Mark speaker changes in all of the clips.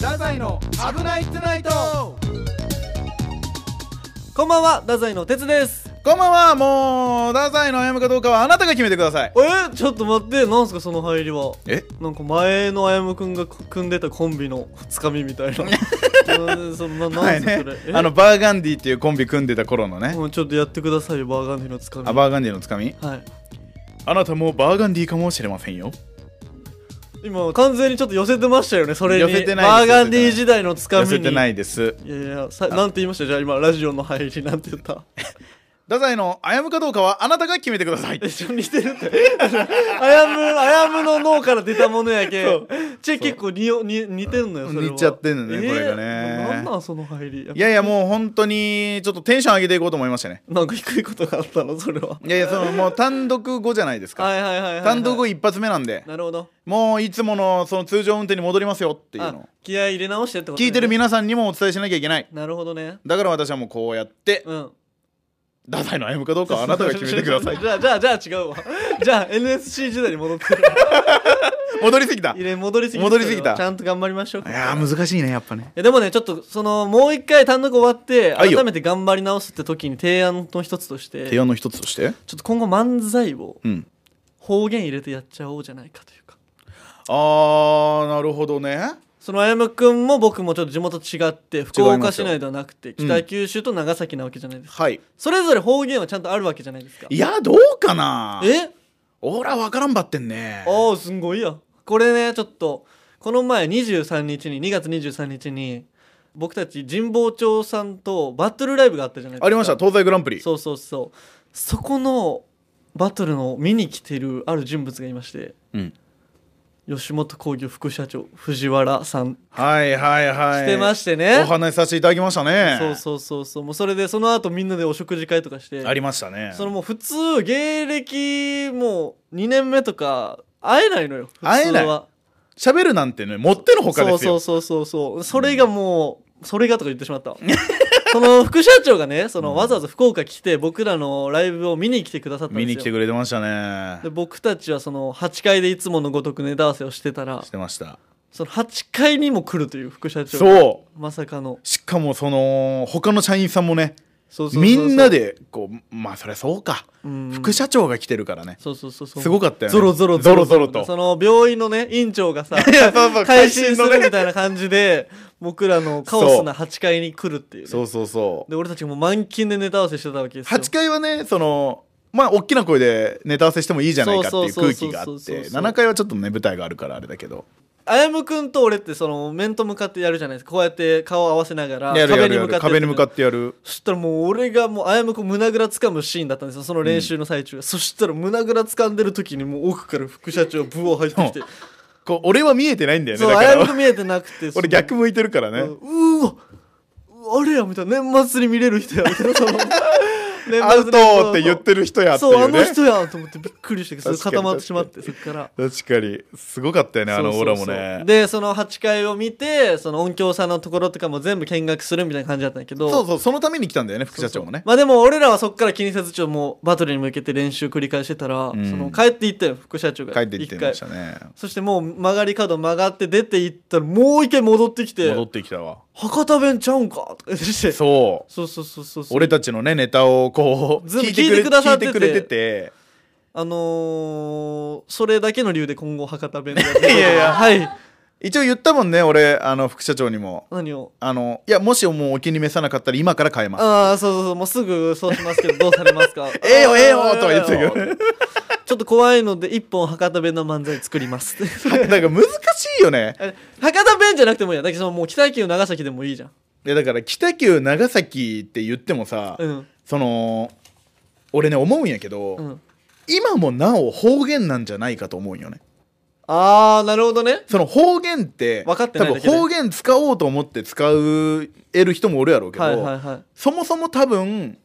Speaker 1: 太宰の危ないトゥナイト
Speaker 2: こんばんは、太宰の哲です。
Speaker 1: こんばんはもう太宰の歩むかどうかはあなたが決めてください
Speaker 2: えー、ちょっと待って、なんすかその入りは。
Speaker 1: え
Speaker 2: なんか前のあやむくんが組んでたコンビのつかみみ たいな。うんそんな、
Speaker 1: は
Speaker 2: なん
Speaker 1: い
Speaker 2: すか
Speaker 1: ね
Speaker 2: それ。え
Speaker 1: あのバーガンディっていうコンビ組んでた頃のね
Speaker 2: もうちょっとやってくださいよ、バーガンディのつかみ。
Speaker 1: あバーガンディのつかみ
Speaker 2: はい。
Speaker 1: あなたもバーガンディかもしれませんよ
Speaker 2: 今、完全にちょっと寄せてましたよね、それに。
Speaker 1: 寄せてない
Speaker 2: バーガンディ時代のつかみ
Speaker 1: 寄
Speaker 2: に。。
Speaker 1: せてないいです
Speaker 2: いやいや、さなんて言いましたじゃあ今、ラジオの入り、なんて言った
Speaker 1: 太宰の歩むかどうかはあなたが決めてください
Speaker 2: 一緒に似てるって。あやむ、あやむの脳から出たものやけ
Speaker 1: そ。
Speaker 2: チェ結構によに似てんのよ、それは
Speaker 1: 似ちゃってんのね
Speaker 2: えー
Speaker 1: これがね
Speaker 2: なんなん、その入り。
Speaker 1: いやいやもう本当にちょっとテンション上げていこうと思いましたね
Speaker 2: なんか低いことがあったの、それは。
Speaker 1: いやいやそのもう単独後じゃないですか
Speaker 2: はいはいはいはいはい。
Speaker 1: 単独後一発目なんで
Speaker 2: なるほど。
Speaker 1: もういつものその通常運転に戻りますよっていう
Speaker 2: あ
Speaker 1: のを、
Speaker 2: 気合い入れ直してってことね
Speaker 1: 聞いてる皆さんにもお伝えしなきゃいけない
Speaker 2: なるほどね。
Speaker 1: だから私はもうこうやって
Speaker 2: うん。
Speaker 1: 太宰の歩むかどうかはあなたが決めてください
Speaker 2: じゃあ、じゃあ、じゃあ違うわ。じゃあ、NSC 時代に戻ってる。
Speaker 1: 戻りすぎたい
Speaker 2: 入れ戻りすぎ
Speaker 1: 戻りすぎた
Speaker 2: ちゃんと頑張りましょう。
Speaker 1: やー難しいねやっぱね
Speaker 2: いやでもねちょっとそのもう一回単独終わって
Speaker 1: はいよ
Speaker 2: 改めて頑張り直すって時に提案の一つとしてち
Speaker 1: 提
Speaker 2: ょ
Speaker 1: 案の一つとして
Speaker 2: っと今後漫才を
Speaker 1: うん
Speaker 2: 方言入れてやっちゃおうじゃないかというか
Speaker 1: あーなるほどね
Speaker 2: そのあやむくんも僕もちょっと地元違って福
Speaker 1: 違いま
Speaker 2: 岡
Speaker 1: す
Speaker 2: 市
Speaker 1: よ
Speaker 2: 内ではなくて
Speaker 1: うん
Speaker 2: 北九州と長崎なわけじゃないですか、
Speaker 1: はい
Speaker 2: それぞれ方言はちゃんとあるわけじゃないですか
Speaker 1: いやどうかな
Speaker 2: え
Speaker 1: おら分からんばってんね
Speaker 2: ああすんごいやこれねちょっとこの前23日に2月23日に僕たち神保町さんとバトルライブがあったじゃないですか
Speaker 1: ありました東西グランプリ
Speaker 2: そうそうそうそこのバトルの見に来てるある人物がいまして
Speaker 1: うん
Speaker 2: 吉本興業副社長藤原さん
Speaker 1: はいはいはい
Speaker 2: してましてね、
Speaker 1: お話しさせていただきましたね
Speaker 2: そうそうそうそうもうそれでその後みんなでお食事会とかして
Speaker 1: ありましたね
Speaker 2: そのもう普通芸歴もう2年目とか会えないのよ普通は
Speaker 1: 会えない喋るなんてねもってのほか
Speaker 2: そう
Speaker 1: です
Speaker 2: そ
Speaker 1: よ
Speaker 2: うそうそうそうそれがもう、それがとか言ってしま ったわその副社長がねそのわざわざ福岡来て僕らのライブを見に来てくださったんです
Speaker 1: 見
Speaker 2: よ
Speaker 1: に来てくれてましたね
Speaker 2: で僕たちはその8階でいつものごとくネタ合わせをしてたら
Speaker 1: してました
Speaker 2: その8階にも来るという副社長う
Speaker 1: そう
Speaker 2: まさかの
Speaker 1: しかもその他の社員さんもね
Speaker 2: そうそうそう
Speaker 1: み
Speaker 2: そうん
Speaker 1: な、でこうまあそりゃそうか、
Speaker 2: うん
Speaker 1: 副社長が来てるからね
Speaker 2: そうそうそうそう
Speaker 1: すごかったよね
Speaker 2: ゾロゾロ
Speaker 1: ゾロゾロと
Speaker 2: その病院のね院長がさ
Speaker 1: そうそう
Speaker 2: 改心す
Speaker 1: 会
Speaker 2: る
Speaker 1: 心
Speaker 2: みたいな感じで僕らのカオスな8階に来るっていう,、
Speaker 1: そうそうそう
Speaker 2: で俺たちも満勤でネタ合わせしてたわけですよ
Speaker 1: 8階はねそのまあ大きな声でネタ合わせしてもいいじゃないかっていう
Speaker 2: そうそう
Speaker 1: 空
Speaker 2: そうそう
Speaker 1: 気があって
Speaker 2: そうそう
Speaker 1: 7階はちょっとね舞台があるからあれだけど
Speaker 2: あやむくんと俺ってその面と向かってやるじゃないですかこうやって顔を合わせながら
Speaker 1: やるや
Speaker 2: 壁
Speaker 1: る
Speaker 2: に
Speaker 1: や
Speaker 2: 向
Speaker 1: る
Speaker 2: かって
Speaker 1: 壁に向か
Speaker 2: って
Speaker 1: ってやる
Speaker 2: そしたらもう俺がもうあやむくん胸ぐら掴むシーンだったんですよその練習の最中が、そしたら胸ぐら掴んでる時にもう奥から副社長ブオ入ってきて
Speaker 1: こう俺は見えてないんだよね
Speaker 2: そう
Speaker 1: だ
Speaker 2: あ
Speaker 1: か
Speaker 2: やむく
Speaker 1: ら
Speaker 2: ん見えてなくて
Speaker 1: 俺逆向いてるからね
Speaker 2: ねうーわあれやみたいな年末に見れる人やみたい なその
Speaker 1: アウトって言ってる人やってい
Speaker 2: そうあ
Speaker 1: う
Speaker 2: の
Speaker 1: ね
Speaker 2: 人やと思ってびっくりしてそれ
Speaker 1: 確かに
Speaker 2: 固まってしまってそっから
Speaker 1: 確かにすごかったよねあのオーラも
Speaker 2: そうそうそう
Speaker 1: ね
Speaker 2: でその8階を見てその音響さんのところとかも全部見学するみたいな感じだったんだけど
Speaker 1: そうそうそのために来たんだよね副社長もね
Speaker 2: まあでも俺らはそっから気にせずちょっともうバトルに向けて練習繰り返してたら、
Speaker 1: ん
Speaker 2: その帰っていったよ副社長が
Speaker 1: 帰っていって
Speaker 2: 一
Speaker 1: ま
Speaker 2: 回
Speaker 1: したね
Speaker 2: そしてもう曲がり角曲がって出ていったらもう一回戻ってきて
Speaker 1: 戻ってきたわ
Speaker 2: 博多弁ちゃうんかとか言ってしてそう
Speaker 1: そう
Speaker 2: そうそうそうそう
Speaker 1: 俺たちのねネタをこう
Speaker 2: 全部
Speaker 1: 聞いてく
Speaker 2: 聞いて
Speaker 1: れ
Speaker 2: くださ
Speaker 1: 聞
Speaker 2: っ
Speaker 1: い
Speaker 2: てて
Speaker 1: てくれてて
Speaker 2: あのー、それだけの理由で今後博多弁でやっ
Speaker 1: いやいや
Speaker 2: はい
Speaker 1: 一応言ったもんね俺あの副社長にも
Speaker 2: 何を
Speaker 1: あのいやもしもうお気に召さなかったら今から変えます
Speaker 2: ああそうそうそうもうすぐそう しますけどどうされますか
Speaker 1: ええよええよとは言ってたけどね
Speaker 2: ちょっと怖いので一本博多弁の漫才作ります
Speaker 1: なんか難しいよね
Speaker 2: え博多弁じゃなくてもいいやだけどそのもう北九長崎でもいいじゃん
Speaker 1: いやだから北九長崎って言ってもさ、
Speaker 2: うん
Speaker 1: その俺ね思うんやけど、
Speaker 2: うん
Speaker 1: 今もなお方言なんじゃないかと思うんよね
Speaker 2: ああなるほどね
Speaker 1: その方言って
Speaker 2: 分かってない
Speaker 1: 多
Speaker 2: だ
Speaker 1: 分
Speaker 2: けで
Speaker 1: 方言使おうと思って使うえる人もおるやろうけど、
Speaker 2: はいはいはい
Speaker 1: そもそも多分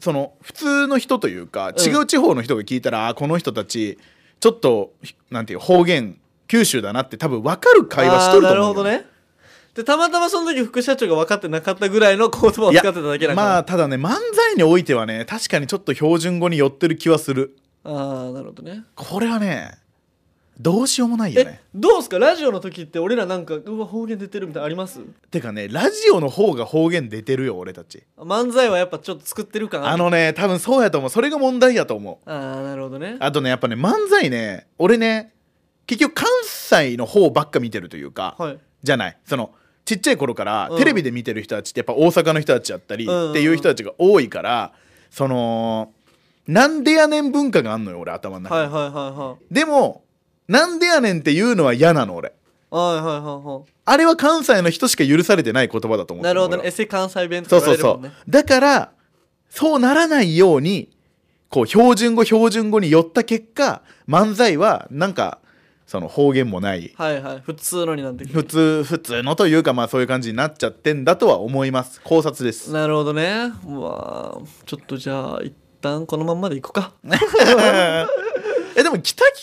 Speaker 1: その普通の人というか
Speaker 2: うん
Speaker 1: 違う地方の人が聞いたら、あーこの人たちちょっとひなんていう方言九州だなって多分分かる会話しとると思う
Speaker 2: あーな
Speaker 1: よ
Speaker 2: るほどねでたまたまその時副社長が分かってなかったぐらいの言葉を使っ
Speaker 1: い
Speaker 2: て
Speaker 1: や
Speaker 2: ただけだから
Speaker 1: まあただね漫才においてはね確かにちょっと標準語に寄ってる気はする
Speaker 2: ああーなるほどね
Speaker 1: これはねどうしようもないよ
Speaker 2: え
Speaker 1: ね
Speaker 2: どうすかラジオの時って俺らなんかうわ方言出てるみたいなのあります
Speaker 1: てかねラジオの方が方言出てるよ俺たち
Speaker 2: 漫才はやっぱちょっと作ってる感
Speaker 1: あのね多分そうやと思うそれが問題やと思う
Speaker 2: あーなるほどね
Speaker 1: あとねやっぱね漫才ね俺ね結局関西の方ばっか見てるというか、
Speaker 2: はい
Speaker 1: じゃないそのちっちゃい頃から
Speaker 2: うん
Speaker 1: テレビで見てる人たちってやっぱ大阪の人たちやったりっ
Speaker 2: うんうん
Speaker 1: ていう人たちが多いからそのなんでやねん文化があんのよ俺頭の中に、
Speaker 2: はいはいはいはい
Speaker 1: でもなんでやねんっていうのは嫌なの俺
Speaker 2: はいはいはいは
Speaker 1: あれは関西の人しか許されてない言葉だと思って
Speaker 2: いなるほどね
Speaker 1: 俺
Speaker 2: エ
Speaker 1: は
Speaker 2: セ関西弁と
Speaker 1: そ
Speaker 2: か
Speaker 1: う
Speaker 2: 言わ
Speaker 1: そう
Speaker 2: れる
Speaker 1: そ
Speaker 2: もんね
Speaker 1: うだからそうならないようにこう標準語標準語に寄った結果漫才はなんかその方言もない
Speaker 2: はいはい普通のになってく
Speaker 1: 普通普通のというかまあそういう感じになっちゃってんだとは思います考察です
Speaker 2: なるほどねうわーちょっとじゃあ一旦このまんまでいこうか
Speaker 1: えでも北九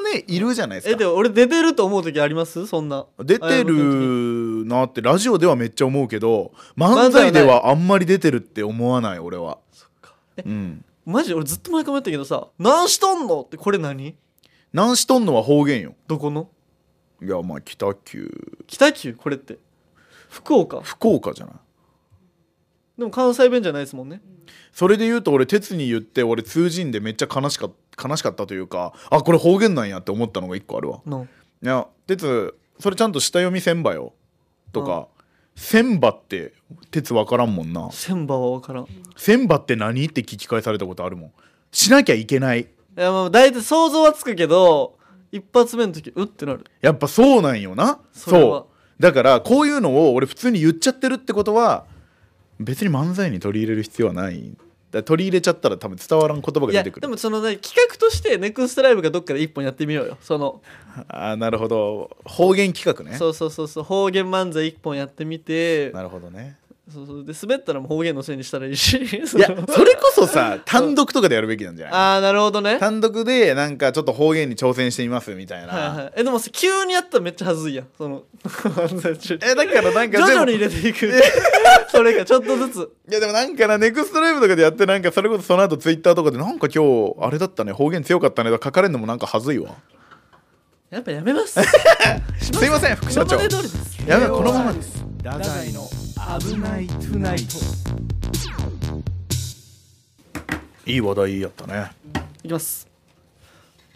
Speaker 1: 弁はねいるじゃないで
Speaker 2: え
Speaker 1: すか
Speaker 2: でも俺出てると思う時ありますそんな
Speaker 1: 出てるなってラジオではめっちゃ思うけど漫
Speaker 2: 漫才
Speaker 1: 才
Speaker 2: はな
Speaker 1: で
Speaker 2: い
Speaker 1: はあんまり出てるって思わない俺は
Speaker 2: そっかえ
Speaker 1: うん
Speaker 2: マジ俺ずっと前から思ったけどさ「何しとんの?」ってこれ何
Speaker 1: 何しとんのは方言よ
Speaker 2: どこの
Speaker 1: いやまあ北九
Speaker 2: 北九これって福岡
Speaker 1: 福岡じゃない
Speaker 2: でも関西弁じゃないですもんね
Speaker 1: それで言うと俺鉄に言って俺通じんでめっちゃ悲しかった悲しかったというかあこれ方言なんやって思ったのが一個あるわ
Speaker 2: の
Speaker 1: いや鉄それちゃんと下読みせんばよとか、せんばって鉄わからんもんな
Speaker 2: 千葉は分からんい
Speaker 1: せんばって何って聞き返されたことあるもんしなきゃいけない
Speaker 2: やまあ大体想像はつくけど一発目の時うってなる
Speaker 1: やっぱそうなんよな
Speaker 2: それは
Speaker 1: うだからこういうのを俺普通に言っちゃってるってことは別に漫才に取り入れる必要はないだから取り入れちゃったら多分伝わらん言葉が
Speaker 2: いや
Speaker 1: 出
Speaker 2: で
Speaker 1: てくる
Speaker 2: もそのね企画としてネクストライブがどっかで一本やってみようよその
Speaker 1: ああなるほど方言企画ね
Speaker 2: そうそうそうそう方言漫才一本やってみて
Speaker 1: なるほどね
Speaker 2: そうそうで滑ったらもう方言のせいにしたらいいし
Speaker 1: いやそれこそさ単独とかでやるべきなんじゃない
Speaker 2: ああなるほどね
Speaker 1: 単独でなんかちょっと方言に挑戦してみますみたいな、
Speaker 2: はいはい、えでもさ急にやったらめっちゃはずいやん その漫才中
Speaker 1: えだからなんか
Speaker 2: 徐々に
Speaker 1: でも
Speaker 2: 入れていく それがちょっとずつ
Speaker 1: いやでもなんかなネクストライブとかでやってなんかそれこそその後ツイッターとかでなんか今日あれだったね方言強かったねとか書かれるのもなんかはずいわ
Speaker 2: やっぱやめます
Speaker 1: すいません副社
Speaker 2: 今
Speaker 1: 長
Speaker 2: まで通りです
Speaker 1: やばいこのままです
Speaker 3: 太宰の危ないトゥナイト
Speaker 1: いい話題やったね
Speaker 2: いきます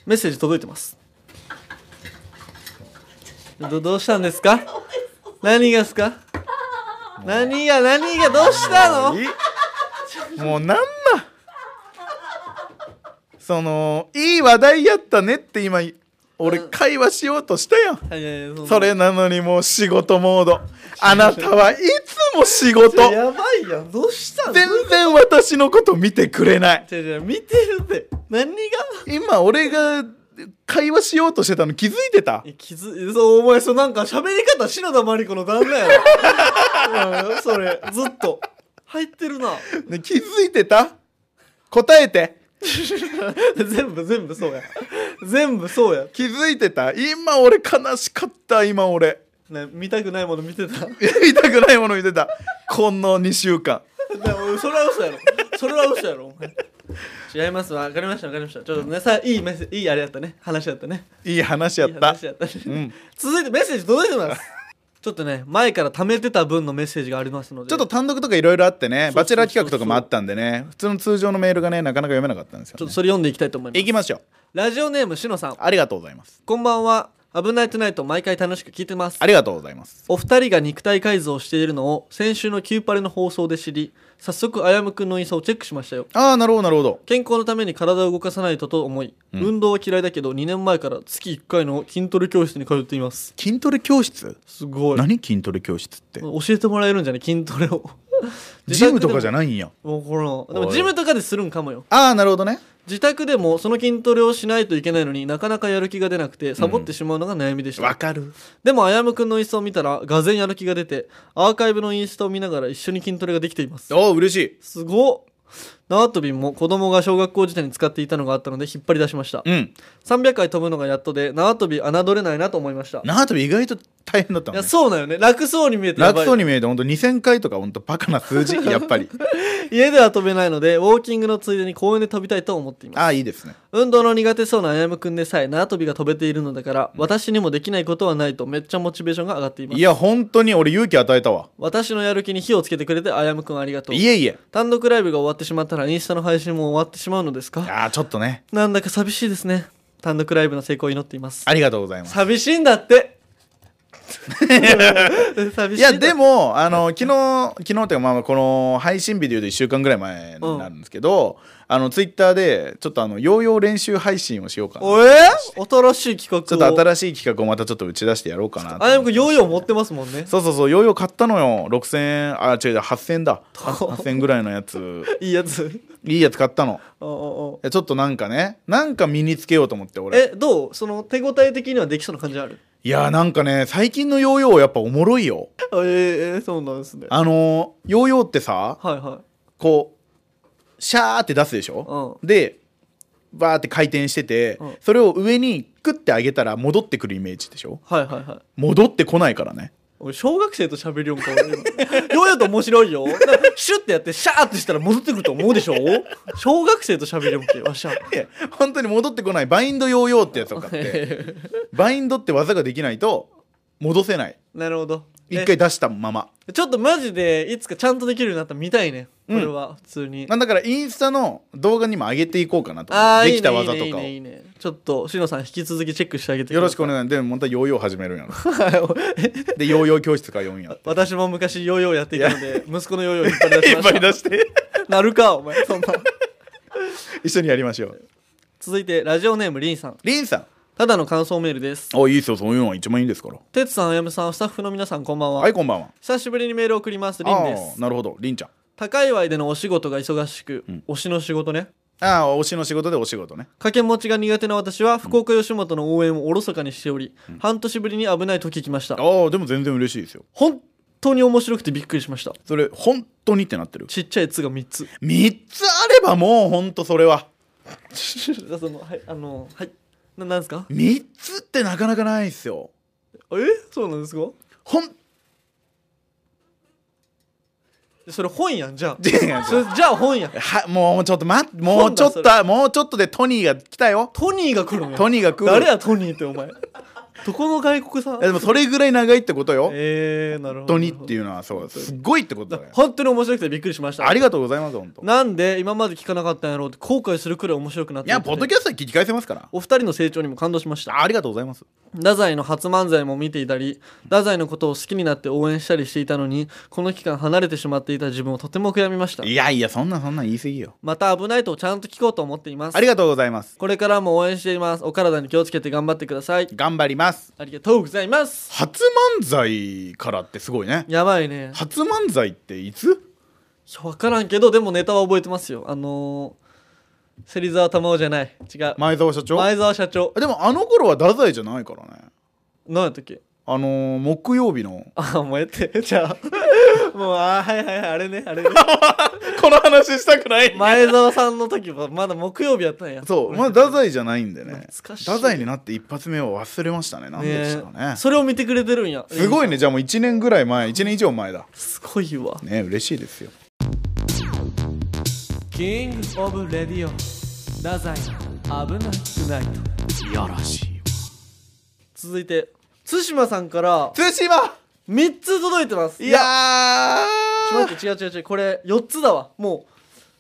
Speaker 2: メッセージ届いてますどどうしたんですか何がですか何が何がどうしたの
Speaker 1: もうなんなんそのいい話題やったねって今俺会話しようとしたやん
Speaker 2: いやいやの
Speaker 1: それなのにもう仕事モードあなたはいつも仕事
Speaker 2: やばいやんどうしたの
Speaker 1: 全然私のこと見てくれない
Speaker 2: 違う違う見てるって何が
Speaker 1: 今俺が会話しようとしてたの気づいてた
Speaker 2: え気づそうお前そうなんか喋り方篠田麻里子の旦那やろ、 うん、それずっと入ってるな
Speaker 1: ね気づいてた答えて
Speaker 2: 全部全部そうや全部そうや、
Speaker 1: 気づいてた今俺悲しかった今俺
Speaker 2: ね、見たくないもの見てた で
Speaker 1: 見たくないもの見てたこの2週間
Speaker 2: もそれは嘘やろそれは嘘やろお前違いますわかりましたわかりましたちょっとねさいいメッセいいあれやったね話やったね
Speaker 1: いい話やっ
Speaker 2: いい
Speaker 1: た
Speaker 2: 話やったね、
Speaker 1: うん
Speaker 2: 続いてメッセージ届いてますちょっとね前から貯めてた分のメッセージがありますので
Speaker 1: ちょっと単独とかいろいろあってね
Speaker 2: うそうそうそう
Speaker 1: バチェラー企画とかもあったんでね普通の通常のメールがねなかなか読めなかったんです
Speaker 2: ちょ
Speaker 1: よ、
Speaker 2: っと
Speaker 1: ね、
Speaker 2: それ読んでいきたいと思います
Speaker 1: いきましょう
Speaker 2: ラジオネームしのさん
Speaker 1: ありがとうございます
Speaker 2: こんばんは。危ないトゥナイト毎回楽しく聞いてます
Speaker 1: あ。りがとうございます
Speaker 2: お二人が肉体改造をしているのを先週のキューパレの放送で知り、早速あやむくんの印象をチェックしましたよ。
Speaker 1: ああなるほどなるほど
Speaker 2: 健康のために体を動かさないとと思い、
Speaker 1: うん
Speaker 2: 運動は嫌いだけど2年前から月1回の筋トレ教室に通っています。
Speaker 1: 筋トレ教室
Speaker 2: すごい。
Speaker 1: 何筋トレ教室って
Speaker 2: 教えてもらえるんじゃない筋トレを。
Speaker 1: ジムとかじゃ
Speaker 2: な
Speaker 1: ないんや
Speaker 2: いもうこらんで
Speaker 1: お
Speaker 2: も
Speaker 1: い
Speaker 2: ジムとかでするんかもよ。
Speaker 1: ああなるほどね
Speaker 2: 自宅でもその筋トレをしないといけないのになかなかやる気が出なくてサボってしまうのが悩みでした。
Speaker 1: わかる
Speaker 2: でもあやむくんのインスタを見たらがぜんやる気が出てアーカイブのインスタを見ながら一緒に筋トレができています
Speaker 1: おお嬉しい
Speaker 2: すごっ縄跳びも子供が小学校時代に使っていたのがあったので引っ張り出しました、
Speaker 1: うん
Speaker 2: 300回飛ぶのがやっとで縄跳び侮れないなと思いました、
Speaker 1: 縄跳び意外と大変だった
Speaker 2: い
Speaker 1: の、
Speaker 2: や
Speaker 1: ね、
Speaker 2: そうだよね楽そうに見えてやば
Speaker 1: 楽
Speaker 2: い
Speaker 1: そうに見えて本当2000回とか本当バカな数 字やっぱり
Speaker 2: 家では飛べないのでウォーキングのついでに公園で飛びたいと思っています
Speaker 1: ああいいですね
Speaker 2: 運動の苦手そうなあやむくんでさえ縄跳びが飛べているのだから私にもできないことはないとめっちゃモチベーションが上がっていま
Speaker 1: い
Speaker 2: す
Speaker 1: や本当に俺勇気与えたわ
Speaker 2: 私のやる気に火をつけてくれてあやむくんありがとう
Speaker 1: いえいえ
Speaker 2: 単独ライブが終わってしまったらインスタの配信も終わってしまうのですか
Speaker 1: ああちょっとね
Speaker 2: なんだか寂しいですね単独ライブの成功を祈っています
Speaker 1: ありがとうございます
Speaker 2: 寂しいんだって寂しいんだ
Speaker 1: いやでもあの昨日昨日っていうかまあこの配信日でいうと1週間ぐらい前になるんですけど、あのツイッターでちょっとあのヨーヨー練習配信をしようかな
Speaker 2: おえ新しい企画を
Speaker 1: ちょっと新しい企画をまたちょっと打ち出してやろうかなと
Speaker 2: あやむくんヨーヨー持ってますもんね
Speaker 1: そうそうそうヨーヨー買ったのよ6000円あ違う違う8000円 だ8000円ぐらいのやつ
Speaker 2: いいやつ
Speaker 1: いいやつ買ったの
Speaker 2: おうおうおう
Speaker 1: ちょっとなんかねなんか身につけようと思って俺
Speaker 2: えどうその手応え的にはできそうな感じある
Speaker 1: いやーなんかね最近のヨーヨーやっぱおもろいよ
Speaker 2: えー、えーそうなんですね
Speaker 1: あのーヨーヨーってさ
Speaker 2: はいはい
Speaker 1: こうシャーって出すでしょ、
Speaker 2: う
Speaker 1: でバーって回転してて、
Speaker 2: うん
Speaker 1: それを上にクッて上げたら戻ってくるイメージでしょ
Speaker 2: はいはいはい
Speaker 1: 戻ってこないからね
Speaker 2: 俺小学生と喋りよんか俺 今ヨーヨーと面白いよなんかシュッてやってシャーってしたら戻ってくると思うでしょ小学生と喋りよんけわしゃ
Speaker 1: いや本当に戻ってこないバインドヨーヨーってやつを買ってバインドって技ができないと戻せない
Speaker 2: なるほど
Speaker 1: 一回出したまま
Speaker 2: えちょっとマジでいつかちゃんとできるようになったら見たいねこれは普通に、
Speaker 1: なんだからインスタの動画にも上げていこうかなと思
Speaker 2: あ
Speaker 1: っ
Speaker 2: あ
Speaker 1: て
Speaker 2: い
Speaker 1: で
Speaker 2: い
Speaker 1: きた
Speaker 2: ね
Speaker 1: 技と
Speaker 2: いい
Speaker 1: かを
Speaker 2: ねいいねいいねちょっとしのさん引き続きチェックしてあげて
Speaker 1: よろしくお
Speaker 2: ね
Speaker 1: 願いでもまたヨーヨー始め るんやろでヨーヨー教室か読んや
Speaker 2: 私も昔ヨーヨーやっていたので息子のヨーヨー引っ張り出
Speaker 1: い
Speaker 2: し
Speaker 1: っ
Speaker 2: ま
Speaker 1: ぱ い
Speaker 2: した
Speaker 1: 出して
Speaker 2: なるかお前そんな
Speaker 1: 一緒にやりましょう
Speaker 2: 続いてラジオネームりんさん
Speaker 1: リンさん
Speaker 2: ただの感想メールです
Speaker 1: あいいっすよそういうのは一番いいですから
Speaker 2: てつさんあやむさんスタッフの皆さんこんばんは、
Speaker 1: はいこんばんは
Speaker 2: 久しぶりにメールを送りますりんです
Speaker 1: あーなるほどリンちゃん
Speaker 2: 高いわいでのお仕事が忙しく、
Speaker 1: うん
Speaker 2: 推しの仕事ね
Speaker 1: ああ推しの仕事でお仕事ね
Speaker 2: 掛け持ちが苦手な私は福岡吉本の応援をおろそかにしており、半年ぶりに危ない時来ました
Speaker 1: ああでも全然嬉しいですよ
Speaker 2: 本当に面白くてびっくりしました
Speaker 1: それ本当にってなってる
Speaker 2: ちっちゃい「つ」が3つ
Speaker 1: 3つあればもう本当それは
Speaker 2: そのはいあのはいななんですか
Speaker 1: 3つってなかなかないっすよ
Speaker 2: えそうなんですか
Speaker 1: ほん違
Speaker 2: それ本やんじゃあ
Speaker 1: う違う
Speaker 2: それじゃあ本や
Speaker 1: は もうちょっと待ってもうちょっ
Speaker 2: 今度は
Speaker 1: ともうちょっとでトニーが来たよ
Speaker 2: トニーが来るの
Speaker 1: トニーが来る
Speaker 2: 誰やトニーってお 前どこの外国さん
Speaker 1: でもそれぐらい長いってことよ
Speaker 2: えー、なるほど
Speaker 1: トニーっていうのはそうすごいってことだよ
Speaker 2: 本当に面白くてびっくりしました
Speaker 1: ありがとうございます本当い
Speaker 2: なんで今まで聞かなかったんやろうって後悔するくらい面白くなってい
Speaker 1: やポッドキャストは聞き返せますから
Speaker 2: お二人の成長にも感動しました
Speaker 1: あありがとうございます
Speaker 2: 太宰の初漫才も見ていたり太宰のことを好きになって応援したりしていたのにこの期間離れてしまっていた自分をとても悔やみました
Speaker 1: いやいやそんなそんな言い過ぎよ
Speaker 2: また危ないとちゃんと聞こうと思っています
Speaker 1: ありがとうございます
Speaker 2: これからも応援していますお体に気をつけて頑張ってください
Speaker 1: 頑張ります
Speaker 2: ありがとうございます
Speaker 1: 初漫才からってすごいね
Speaker 2: やばいね
Speaker 1: 初漫才っていつ
Speaker 2: 分からんけどでもネタは覚えてますよあのー、芹沢珠緒じゃない違う
Speaker 1: 前澤社長
Speaker 2: 前澤社長
Speaker 1: でもあの頃は太宰じゃないからね
Speaker 2: 何やったっけ
Speaker 1: あのー、木曜日の
Speaker 2: あもうやって じゃあもうあーはいはいはいあれねあれね
Speaker 1: この話したくない
Speaker 2: 前澤さんの時はまだ木曜日やったんや
Speaker 1: そうまだ太宰じゃないんでね
Speaker 2: 懐かしい
Speaker 1: 太宰になって一発目を忘れましたね何でしたかね
Speaker 2: それを見てくれてるんや
Speaker 1: すごい
Speaker 2: ね
Speaker 1: ねじゃあもう1年ぐらい前1年以上前だ
Speaker 2: すごいわ
Speaker 1: ね嬉しいですよ
Speaker 2: キングオブレディオ太宰危なくないと
Speaker 1: いやらしい
Speaker 2: 続いて対馬さんから
Speaker 1: 対馬
Speaker 2: 3つ届いてます
Speaker 1: いや
Speaker 2: ちょっ
Speaker 1: ー
Speaker 2: と待って違う違う違うこれ4つだわもう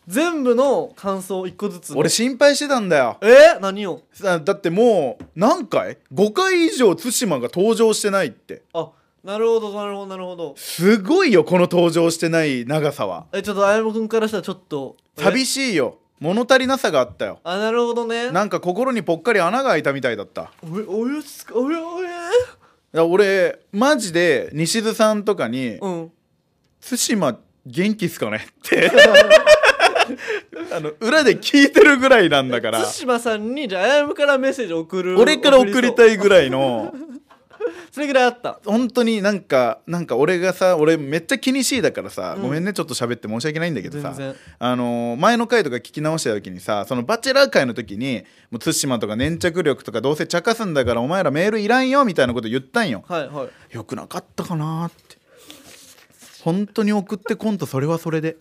Speaker 2: 全部の感想1個ずつ
Speaker 1: 俺心配してたんだよ
Speaker 2: えー、何を
Speaker 1: さだってもう何回 ?5 回以上対馬が登場してないって
Speaker 2: あなるほどなるほどなるほど
Speaker 1: すごいよこの登場してない長さは
Speaker 2: えちょっとあやむくんからしたらちょっとえ
Speaker 1: 寂しいよ物足りなさがあったよ
Speaker 2: あなるほどね
Speaker 1: なんか心にぽっかり穴が開いたみたいだったい
Speaker 2: おえおやつかおやおや
Speaker 1: や俺マジで西津さんとかに
Speaker 2: うん
Speaker 1: 「対馬元気っすかね?」ってあの裏で聞いてるぐらいなんだから
Speaker 2: 対馬さんにじゃああやむからメッセージ送る
Speaker 1: 俺から送り
Speaker 2: い
Speaker 1: たいぐらいの
Speaker 2: それぐらいあった
Speaker 1: 本当になんかなんか俺がさ俺めっちゃ気にしいだからさ、
Speaker 2: うん
Speaker 1: ごめんねちょっと喋って申し訳ないんだけどさ
Speaker 2: 全然
Speaker 1: あのー前の回とか聞き直した時にさそのバチェラー会の時にもう対馬とか粘着力とかどうせ茶化すんだからお前らメールいらんよみたいなこと言ったんよ
Speaker 2: はいはい
Speaker 1: よくなかったかなーって本当に送ってこんとそれはそれで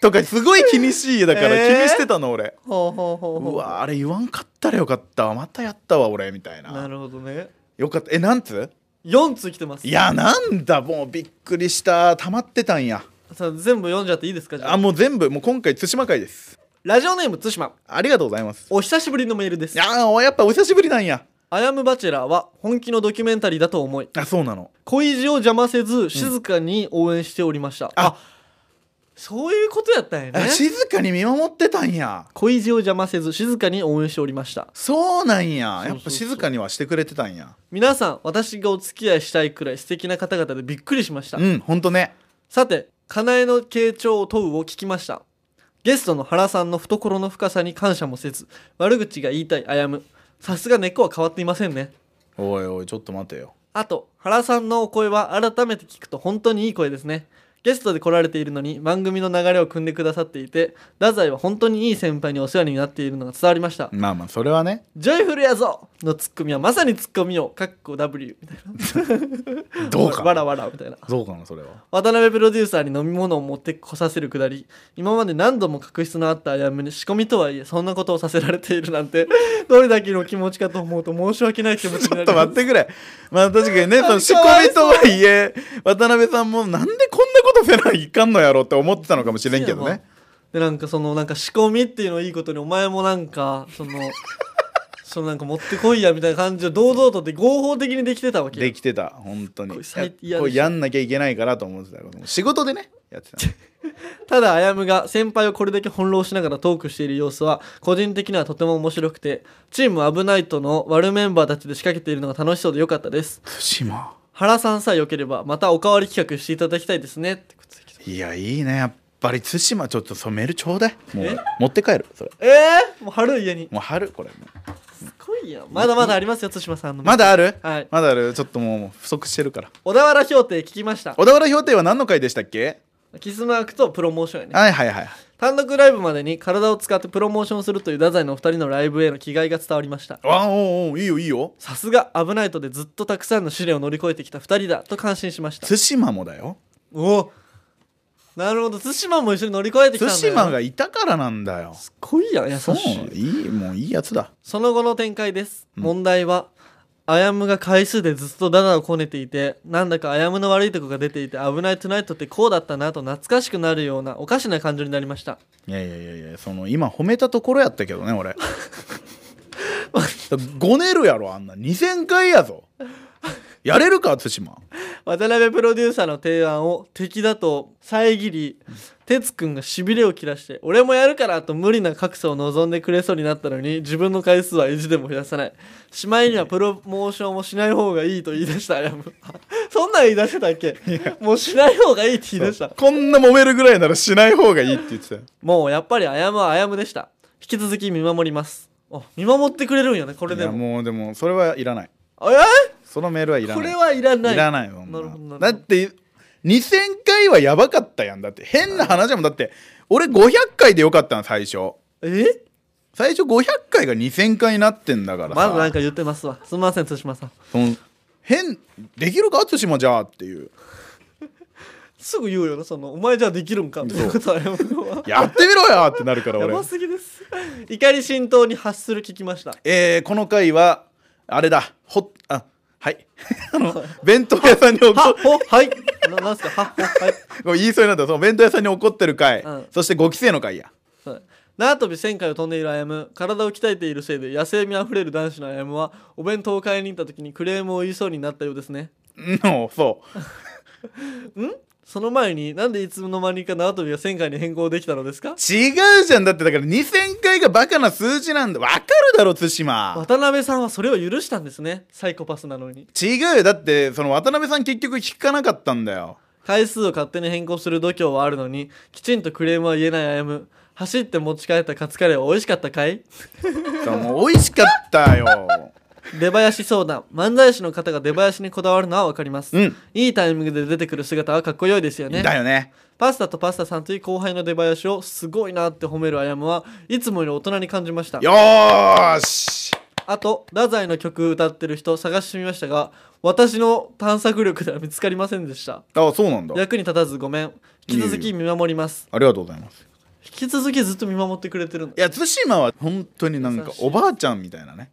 Speaker 1: とかすごい気にしいだから気
Speaker 2: えー
Speaker 1: にしてたの俺、
Speaker 2: ほうほうほうほ
Speaker 1: うわーあれ言わんかったらよかったわまたやったわ俺みたいな
Speaker 2: なるほどね
Speaker 1: よかったえなんつ
Speaker 2: 4通来てます
Speaker 1: いやなんだもうびっくりした溜まってたんや
Speaker 2: さあ全部読んじゃっていいですかじゃ
Speaker 1: あ
Speaker 2: あ
Speaker 1: もう全部もう今回対馬会です
Speaker 2: ラジオネーム対馬
Speaker 1: ありがとうございます
Speaker 2: お久しぶりのメールで
Speaker 1: い
Speaker 2: す
Speaker 1: やーやっぱお久しぶりなんや
Speaker 2: 「アヤムバチェラー」は本気のドキュメンタリーだと思い
Speaker 1: あそうなの
Speaker 2: 恋路を邪魔せず静かに応援しておりました、あそういうことやったんや
Speaker 1: あ
Speaker 2: ね
Speaker 1: 静かに見守ってたんや
Speaker 2: 恋路を邪魔せず静かに応援しておりました
Speaker 1: そうなんや
Speaker 2: そうそうそう
Speaker 1: やっぱ静かにはしてくれてたんや
Speaker 2: 皆さん私がお付き合いしたいくらい素敵な方々でびっくりしました、
Speaker 1: うんほんとね
Speaker 2: さて「かなえの傾聴を問う」を聞きましたゲストの原さんの懐の深さに感謝もせず悪口が言いたいあやむさすが根っこは変わっていませんね
Speaker 1: おいおいちょっと待てよ
Speaker 2: あと原さんのお声は改めて聞くと本当にいい声ですねゲストで来られているのに番組の流れを組んでくださっていて太宰は本当にいい先輩にお世話になっているのが伝わりました
Speaker 1: まあまあそれはね
Speaker 2: 「ジョイフルやぞ!」のツッコミはまさにツッコミをかっこ W みたいな
Speaker 1: どうか
Speaker 2: わ
Speaker 1: な
Speaker 2: らわらみたいな
Speaker 1: どうかなそれは
Speaker 2: 渡辺プロデューサーに飲み物を持ってこさせるくだり今まで何度も確執のあったあやむに仕込みとはいえそんなことをさせられているなんて どれだけの気持ちかと思うと申し訳ない気持ちに
Speaker 1: ち
Speaker 2: な
Speaker 1: ょっ
Speaker 2: り
Speaker 1: と
Speaker 2: ま
Speaker 1: 待
Speaker 2: す
Speaker 1: ってくれまあ確かにねその仕込みとはいえ渡辺さんもなんでこんなことせないかんのやろって思ってたのかもしれんけどね
Speaker 2: でなんかそのなんか仕込みっていうのをいいことにお前もなんかその そのなんか持ってこいやみたいな感じを堂々とって合法的にできてたわけよ
Speaker 1: できてた本当に
Speaker 2: これ最
Speaker 1: や
Speaker 2: 嫌でしょ
Speaker 1: これやんなきゃいけないからと思ってた仕事でねやってた
Speaker 2: ただあやむが先輩をこれだけ翻弄しながらトークしている様子は個人的にはとても面白くてチーム危ないとの悪メンバーたちで仕掛けているのが楽しそうでよかったです
Speaker 1: 対馬
Speaker 2: 原さんさえ良ければまたおかわり企画していただきたいですねってことで来た
Speaker 1: いやいいねやっぱり対馬ちょっと染めるちょうだいも
Speaker 2: え
Speaker 1: う持って帰るそれ
Speaker 2: えー、もう春家に
Speaker 1: もう春これも
Speaker 2: すごいやんまだまだありますよ対馬さんの
Speaker 1: まだある、
Speaker 2: はい
Speaker 1: まだあるちょっともう不足してるから
Speaker 2: 小田原評定聞きました
Speaker 1: 小田原評定は何の回でしたっけ
Speaker 2: キスマークとプロモーションやね
Speaker 1: はいはいはい
Speaker 2: 単独ライブまでに体を使ってプロモーションするという太宰のお二人のライブへの気概が伝わりました
Speaker 1: あおうおういいよいいよ
Speaker 2: さすが危ないとでずっとたくさんの試練を乗り越えてきた二人だと感心しました
Speaker 1: 対馬もだよ
Speaker 2: おおなるほど対馬も一緒に乗り越えてきたん
Speaker 1: 対
Speaker 2: だよ
Speaker 1: 馬がいたからなんだよ
Speaker 2: すごいやん優し
Speaker 1: そう
Speaker 2: い
Speaker 1: いいもういいやつだ
Speaker 2: その後の展開です、問題はアヤムが回数でずっとダダをこねていてなんだかアヤムの悪いとこが出ていて「危ないトゥナイト」ってこうだったなと懐かしくなるようなおかしな感情になりました
Speaker 1: いやいやいやいやその今褒めたところやったけどね俺 ごねるやろあんな2000回やぞやれるか対馬
Speaker 2: 渡辺プロデューサーの提案を敵だと遮り哲くんがしびれを切らして「俺もやるから」と無理な格差を望んでくれそうになったのに自分の回数は意地でも増やさないしまいにはプロモーションもしない方がいいと言い出したアヤム そんなん言い出してたっけもうしない方がいいって言い出した
Speaker 1: こんな揉めるぐらいならしない方がいいって言ってたよ
Speaker 2: もうやっぱりあやむはあやむでした引き続き見守りますあ見守ってくれるんやねこれ
Speaker 1: い
Speaker 2: で
Speaker 1: や
Speaker 2: も
Speaker 1: もうでもそれはいらない
Speaker 2: え
Speaker 1: そのメールはいら
Speaker 2: こ
Speaker 1: ない
Speaker 2: れはいらない
Speaker 1: いらないもん
Speaker 2: なるほどなるほど
Speaker 1: だって2000回はやばかったやんだって変な話だもんだって俺500回でよかったの最初
Speaker 2: え
Speaker 1: 最初500回が2000回になってんだから
Speaker 2: ま
Speaker 1: さ
Speaker 2: だなんか言ってますわすみません対馬さん
Speaker 1: その変できるか淳もじゃあっていう
Speaker 2: すぐ言うよなそのお前じゃあできるんかみたいなことあやむは
Speaker 1: やってみろよってなるから
Speaker 2: や
Speaker 1: 俺
Speaker 2: ばすぎです怒り浸透に発する聞きました
Speaker 1: えーこの回はあれだほっあはい あの弁当屋さんに怒
Speaker 2: はほはいななんすかはほはい
Speaker 1: ごめん言いそうになったその弁当屋さんに怒ってる回、
Speaker 2: うん
Speaker 1: そして5期生の回や
Speaker 2: はい縄跳び1000回を飛んでいるあやむ体を鍛えているせいで野生味あふれる男子のあやむはお弁当を買いに行った時にクレームを言いそうになったようですね
Speaker 1: うんそう
Speaker 2: その前になんでいつの間にか縄跳びが1000回に変更できたのですか
Speaker 1: 違うじゃんだってだから2000回がバカな数字なんだわかるだろ対馬
Speaker 2: 渡辺さんはそれを許したんですねサイコパスなのに
Speaker 1: 違うよだってその渡辺さん結局聞かなかったんだよ
Speaker 2: 回数を勝手に変更する度胸はあるのにきちんとクレームは言えないあやむ走って持ち帰ったカツカレーは美味しかったかい
Speaker 1: だからもう美味しかったよ
Speaker 2: 出囃子相談漫才師の方が出囃子にこだわるのは分かります、
Speaker 1: うん
Speaker 2: いいタイミングで出てくる姿はかっこよいですよ ね
Speaker 1: だよね
Speaker 2: パスタとパスタさんという後輩の出囃子をすごいなって褒めるあやむはいつもより大人に感じました
Speaker 1: よーし
Speaker 2: あと太宰の曲歌ってる人探してみましたが私の探索力では見つかりませんでした
Speaker 1: あそうなんだ
Speaker 2: 役に立たずごめん引き続
Speaker 1: いえ
Speaker 2: き見守ります
Speaker 1: ありがとうございます
Speaker 2: 引き続きずっと見守ってくれてるの
Speaker 1: いや対馬は本当になんか
Speaker 2: 優しい
Speaker 1: おばあちゃんみたいなね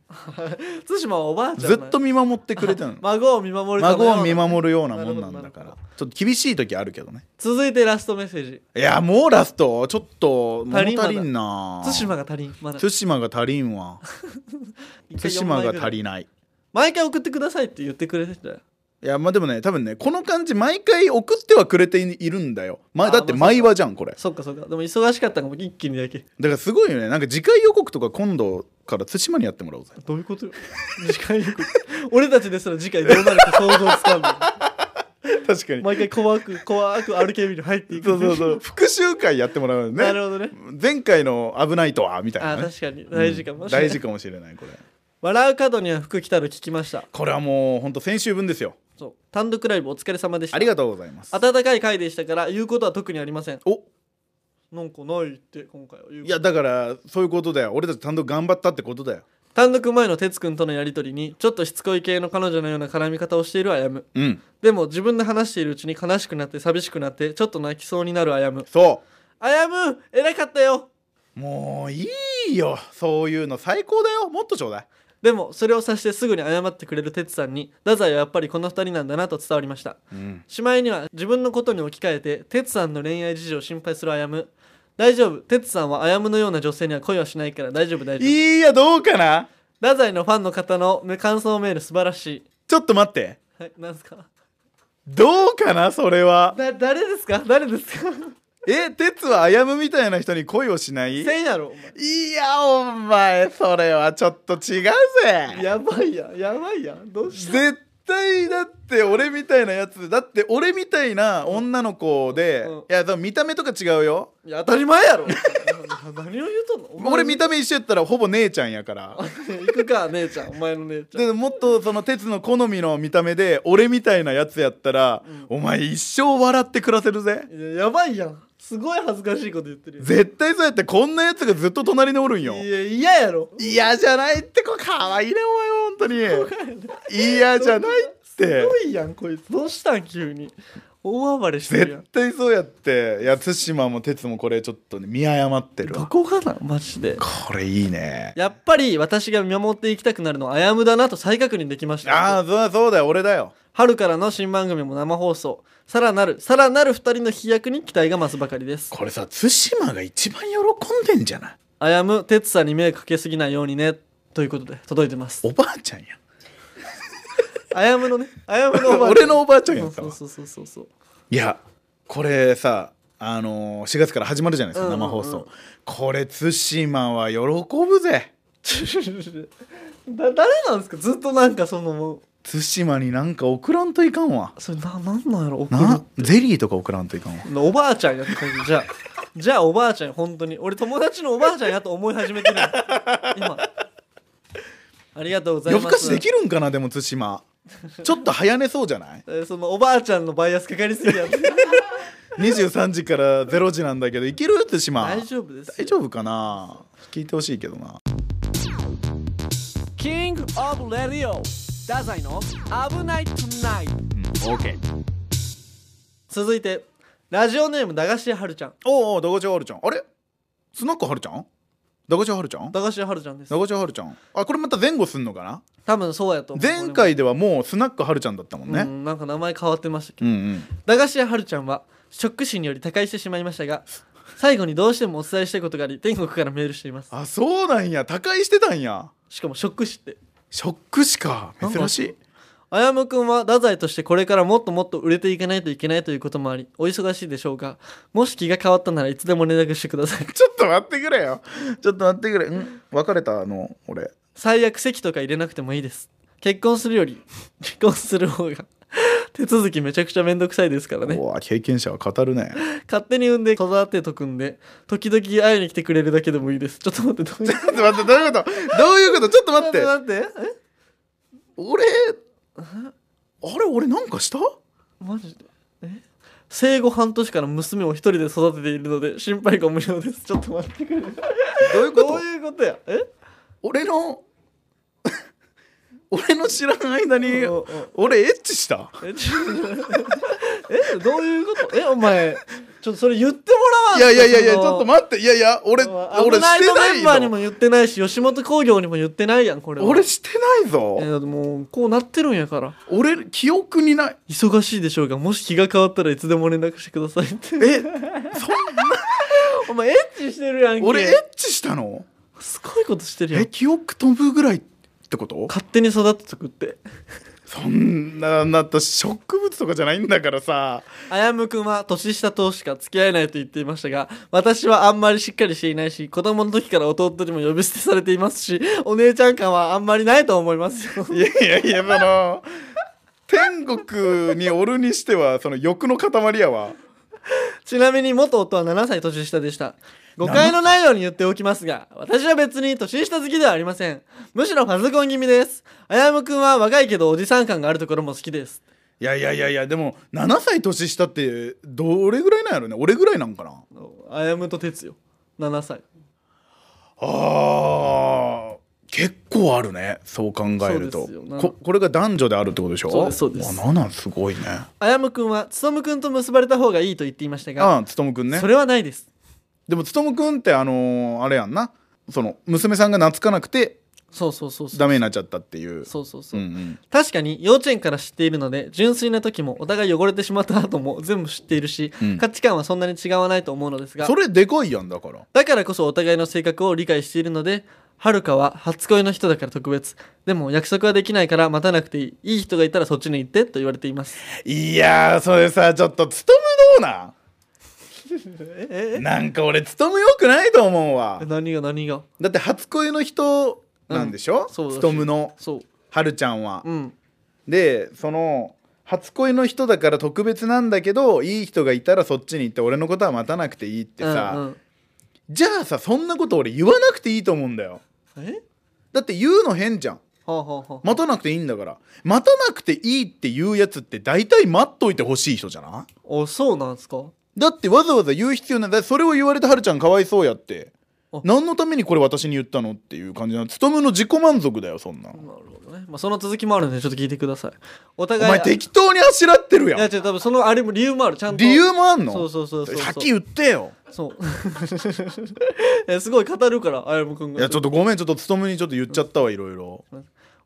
Speaker 2: 対馬はおばあちゃん
Speaker 1: ず
Speaker 2: な
Speaker 1: っと見守ってくれてるの
Speaker 2: 孫を見守るかのよう
Speaker 1: 孫
Speaker 2: な
Speaker 1: を見守るようなもんなん
Speaker 2: な
Speaker 1: だ
Speaker 2: るほ
Speaker 1: か
Speaker 2: どなる
Speaker 1: らちょっと厳しい時あるけどね
Speaker 2: 続いてラストメッセージ
Speaker 1: いやもうラストちょっと物
Speaker 2: 足りんまだ
Speaker 1: 足りんな
Speaker 2: 対馬が足りんまだ
Speaker 1: 対馬が足りん わ対馬が足
Speaker 2: ん
Speaker 1: りない
Speaker 2: 毎回送ってくださいって言ってくれてたよ
Speaker 1: いやまあでもね多分ねこの感じ毎回送ってはくれているんだよ、ま
Speaker 2: あ
Speaker 1: あ、
Speaker 2: ー
Speaker 1: だって
Speaker 2: まあ
Speaker 1: 毎話じゃんこれ
Speaker 2: そっかそっかでも忙しかったかも一気にだけ
Speaker 1: だからすごいよねなんか次回予告とか今度から対馬にやってもらおう ぜ
Speaker 2: どういうことよ次回予告俺たちですら次回どうなるか想像つか んの
Speaker 1: 確かに
Speaker 2: 毎回怖く怖く RKB に入っていく
Speaker 1: そうそう そう復習会やってもらうのね
Speaker 2: なるほどね
Speaker 1: 前回の「危ないとは」みたい
Speaker 2: あ
Speaker 1: な、ね、
Speaker 2: 確かに大事かもしれな
Speaker 1: 大
Speaker 2: い、
Speaker 1: 事かもしれないこれ
Speaker 2: 笑う角には服着たの聞きました
Speaker 1: これはもうほんと先週分ですよ
Speaker 2: そう単独ライブお疲れ様でした
Speaker 1: ありがとうございます
Speaker 2: 温かい回でしたから言うことは特にありません
Speaker 1: お
Speaker 2: なんかないって今回は言うこと
Speaker 1: いやだからそういうことだよ俺たち単独頑張ったってことだよ
Speaker 2: 単独前の哲くんとのやり取りにちょっとしつこい系の彼女のような絡み方をしているあやむ
Speaker 1: うん
Speaker 2: でも自分で話しているうちに悲しくなって寂しくなってちょっと泣きそうになるあやむ
Speaker 1: そ
Speaker 2: あやむ偉かったよ
Speaker 1: うもういいよそういうの最高だよもっとちょうだい
Speaker 2: でもそれを察してすぐに謝ってくれる哲さんに太宰はやっぱりこの二人なんだなと伝わりました
Speaker 1: うん
Speaker 2: しまいには自分のことに置き換えて哲さんの恋愛事情を心配するあやむ大丈夫哲さんはあやむのような女性には恋はしないから大丈夫大
Speaker 1: い
Speaker 2: 丈夫
Speaker 1: いやどうかな
Speaker 2: 太宰のファンの方の感想メール素晴らしい
Speaker 1: ちょっと待って
Speaker 2: はいなんですか
Speaker 1: どうかなそれは
Speaker 2: だ誰ですか誰ですか
Speaker 1: え鉄はあやむみたいな人に恋をしないい
Speaker 2: せんやろお前
Speaker 1: やお前それはちょっと違うぜ
Speaker 2: やばいやんやばいやんどうした
Speaker 1: 絶対だって俺みたいなやつだって俺みたいな女の子で、
Speaker 2: うん
Speaker 1: いやでも見た目とか違うよ
Speaker 2: いや当たり前やろ何を言うとんのお前
Speaker 1: 俺見た目一緒やったらほぼ姉ちゃんやから
Speaker 2: 行くか姉ちゃんお前の姉ちゃん
Speaker 1: でもっとその鉄の好みの見た目で俺みたいなやつやったら、お前一生笑って暮らせるぜ
Speaker 2: いややばいやんすごい恥ずかしいこと言ってるよ
Speaker 1: 絶対そうやってこんなやつがずっと隣におるんよ
Speaker 2: いや嫌やろ
Speaker 1: 嫌じゃないって子可愛いねお前 本当に嫌じゃないって
Speaker 2: すごいやんこいつどうしたん急に大暴れしてる
Speaker 1: 絶
Speaker 2: やん
Speaker 1: 対そうやっていや対馬も鉄もこれちょっとね見誤ってる
Speaker 2: ど
Speaker 1: わ
Speaker 2: こかなマジで
Speaker 1: これいいね
Speaker 2: やっぱり私が見守っていきたくなるのはあやむだなと再確認できまし
Speaker 1: あ
Speaker 2: た
Speaker 1: あそうそうだよ俺だよ
Speaker 2: 春からの新番組も生放送さらなるさらなる2人の飛躍に期待が増すばかりです
Speaker 1: これさ対馬が一番喜んでんじゃない
Speaker 2: あやむ哲さんに迷惑かけすぎないようにねということで届いてます
Speaker 1: おばあちゃんや
Speaker 2: あやむのねあやむのおばあ ちゃ
Speaker 1: 俺
Speaker 2: ん
Speaker 1: のおばあちゃんや
Speaker 2: そ
Speaker 1: っ
Speaker 2: う
Speaker 1: た
Speaker 2: そ
Speaker 1: わ
Speaker 2: うそうそうそうそう
Speaker 1: いやこれさあのー、4月から始まるじゃないですか
Speaker 2: うんうんう
Speaker 1: 生
Speaker 2: ん
Speaker 1: 放送、これ対馬は喜ぶぜ
Speaker 2: だ誰なんですかずっとなんかそのもう
Speaker 1: 対馬になんか送らんといかんわ
Speaker 2: それななんなんやろ送る
Speaker 1: なゼリーとか送らんといかんわ
Speaker 2: おばあちゃんやって感じじゃあじゃあおばあちゃん本当に俺友達のおばあちゃんやと思い始めてる今ありがとうございま
Speaker 1: 夜更
Speaker 2: す
Speaker 1: かしできるんかなでも対馬ちょっと早寝そうじゃない
Speaker 2: えーそのおばあちゃんのバイアスかかりすぎやって
Speaker 1: 23時から0時なんだけどいける対馬
Speaker 2: 大丈夫ですよ
Speaker 1: 大丈夫かな聞いてほしいけどな
Speaker 3: キングオブレディオダザイの危ないトゥナイト
Speaker 1: オーケー
Speaker 2: 続いてラジオネーム駄菓子屋はるちゃん
Speaker 1: おうおう駄菓子屋はるちゃんあれスナックはるちゃん駄菓子屋はるちゃん駄
Speaker 2: 駄菓子屋はるちゃんです
Speaker 1: 菓子屋はるちゃんあこれまた前後すんのかな
Speaker 2: 多分そうやと思う
Speaker 1: 前回ではもうスナックはるちゃんだったもん
Speaker 2: ね、う
Speaker 1: ね
Speaker 2: ん、なんか名前変わってましたけど
Speaker 1: うんうん
Speaker 2: 駄菓子屋はるちゃんはショック死により他界してしまいましたが最後にどうしてもお伝えしたいことがあり天国からメールしています
Speaker 1: あそうなんや他界してたんや
Speaker 2: しかもショック死って
Speaker 1: ショックしか珍しい
Speaker 2: あやむくんは太宰としてこれからもっともっと売れていかないといけないということもありお忙しいでしょうがもし気が変わったならいつでも連絡してください
Speaker 1: ちょっと待ってくれよちょっと待ってくれん別れたあの俺
Speaker 2: 最悪席とか入れなくてもいいです結婚するより離婚する方が手続きめちゃくちゃめんどくさいですからね
Speaker 1: うわ経験者は語る ね
Speaker 2: 勝手に産んで育てとくんで時々会いに来てくれるだけでもいいですちょっと待ってどうい う
Speaker 1: 待って待ってどういうことどういうことちょっと待っ
Speaker 2: ち
Speaker 1: て
Speaker 2: ょっと待ってえ
Speaker 1: 俺あれ俺なんかした
Speaker 2: マジでえ生後半年から娘を一人で育てているので心配が無料ですちょっと待ってくれ
Speaker 1: どういうこ
Speaker 2: ど
Speaker 1: と
Speaker 2: ういうことやえ
Speaker 1: 俺の 俺の知らん間に
Speaker 2: おうおう
Speaker 1: 俺エッチした
Speaker 2: えちょっと待ってえどういうことえお前ちょっとそれ言ってもらわん
Speaker 1: い
Speaker 2: と
Speaker 1: やいやいやいやち
Speaker 2: その
Speaker 1: ょっと待っていやいや俺
Speaker 2: 俺
Speaker 1: 俺
Speaker 2: ナイ
Speaker 1: し
Speaker 2: ト
Speaker 1: て
Speaker 2: メン
Speaker 1: な
Speaker 2: バー
Speaker 1: い
Speaker 2: に
Speaker 1: ぞ
Speaker 2: も言ってないし吉本興業にも言ってないやんこれは
Speaker 1: 俺してない
Speaker 2: え
Speaker 1: ぞ
Speaker 2: だってもうこうなってるんやから
Speaker 1: 俺記憶にない
Speaker 2: 忙しいでしょうがもし気が変わったらいつでも連絡してくださいって
Speaker 1: えそんな
Speaker 2: お前エッチしてるやんけ
Speaker 1: 俺エッチしたの
Speaker 2: すごいことしてるや
Speaker 1: え
Speaker 2: ん
Speaker 1: 記憶飛ぶぐらいってこと
Speaker 2: 勝手に育ててくって
Speaker 1: そんななった植物とかじゃないんだからさ
Speaker 2: あやむくんは年下としか付き合えないと言っていましたが私はあんまりしっかりしていないし子供の時から弟にも呼び捨てされていますし お姉ちゃん感はあんまりないと思いますよ
Speaker 1: いやいやいやその天国におるにしてはその欲の塊やわ
Speaker 2: ちなみに元夫は7歳年下でした誤解のないように言っておきますが私は別に年下好きではありませんむしろパソコン気味ですあやむくんは若いけどおじさん感があるところも好きです
Speaker 1: いやいやいやいやでも7歳年下ってどれぐらいなんやろね俺ぐらいなんかな
Speaker 2: あやむと哲よ7歳
Speaker 1: あー結構あるねそう考える
Speaker 2: そ
Speaker 1: と
Speaker 2: うですよな
Speaker 1: ここれが男女であるってことでしょ
Speaker 2: そうですそうです
Speaker 1: あなんなんすごいね
Speaker 2: あやむくんはつとむくんと結ばれた方がいいと言っていましたが、
Speaker 1: ああつとむくんね
Speaker 2: それはないです
Speaker 1: でもつとむくんってあのーあれやんなその娘さんが懐かなくて
Speaker 2: そうそうそうそう
Speaker 1: ダメになっちゃったっていう
Speaker 2: そうそうそうう、
Speaker 1: んうん
Speaker 2: 確かに幼稚園から知っているので純粋な時もお互い汚れてしまった後も全部知っているし、
Speaker 1: うん
Speaker 2: 価値観はそんなに違わないと思うのですが
Speaker 1: それでかいやんだから
Speaker 2: だからこそお互いの性格を理解しているのではるかは初恋の人だから特別でも約束はできないから待たなくていいいい人がいたらそっちに行ってと言われています
Speaker 1: いやーそれさちょっとつとむどうなん
Speaker 2: え
Speaker 1: なんか俺つとむよくないと思うわ
Speaker 2: 何が何が
Speaker 1: だって初恋の人なんでしょ、
Speaker 2: んそうだし
Speaker 1: つとむの
Speaker 2: そう
Speaker 1: はるちゃんは、
Speaker 2: うん
Speaker 1: でその初恋の人だから特別なんだけどいい人がいたらそっちに行って俺のことは待たなくていいってさ、
Speaker 2: うんうん
Speaker 1: じゃあさそんなこと俺言わなくていいと思うんだよ
Speaker 2: え
Speaker 1: だって言うの変じゃん
Speaker 2: はあ、はあはあ、
Speaker 1: 待たなくていいんだから待たなくていいって言うやつって大体待っといてほしい人じゃない
Speaker 2: おそうなんすか
Speaker 1: だってわざわざ言う必要ないだってそれを言われてはるちゃんかわいそうやって
Speaker 2: あ
Speaker 1: 何のためにこれ私に言ったのっていう感じなの務の自己満足だよそんなの
Speaker 2: なるほどね、まあ、その続きもあるのでちょっと聞いてくださいお
Speaker 1: お
Speaker 2: 互い
Speaker 1: 前適当にあしらってるや
Speaker 2: いや
Speaker 1: ん
Speaker 2: 違う多分そのあれも理由もあるちゃんと
Speaker 1: 理由もあんの
Speaker 2: そうそうそうそうそう
Speaker 1: 先言ってよ
Speaker 2: そう えすごい語るからあやむくん
Speaker 1: い
Speaker 2: が
Speaker 1: やちょっとごめんちょっと勤めにちょっと言っちゃったわいろいろ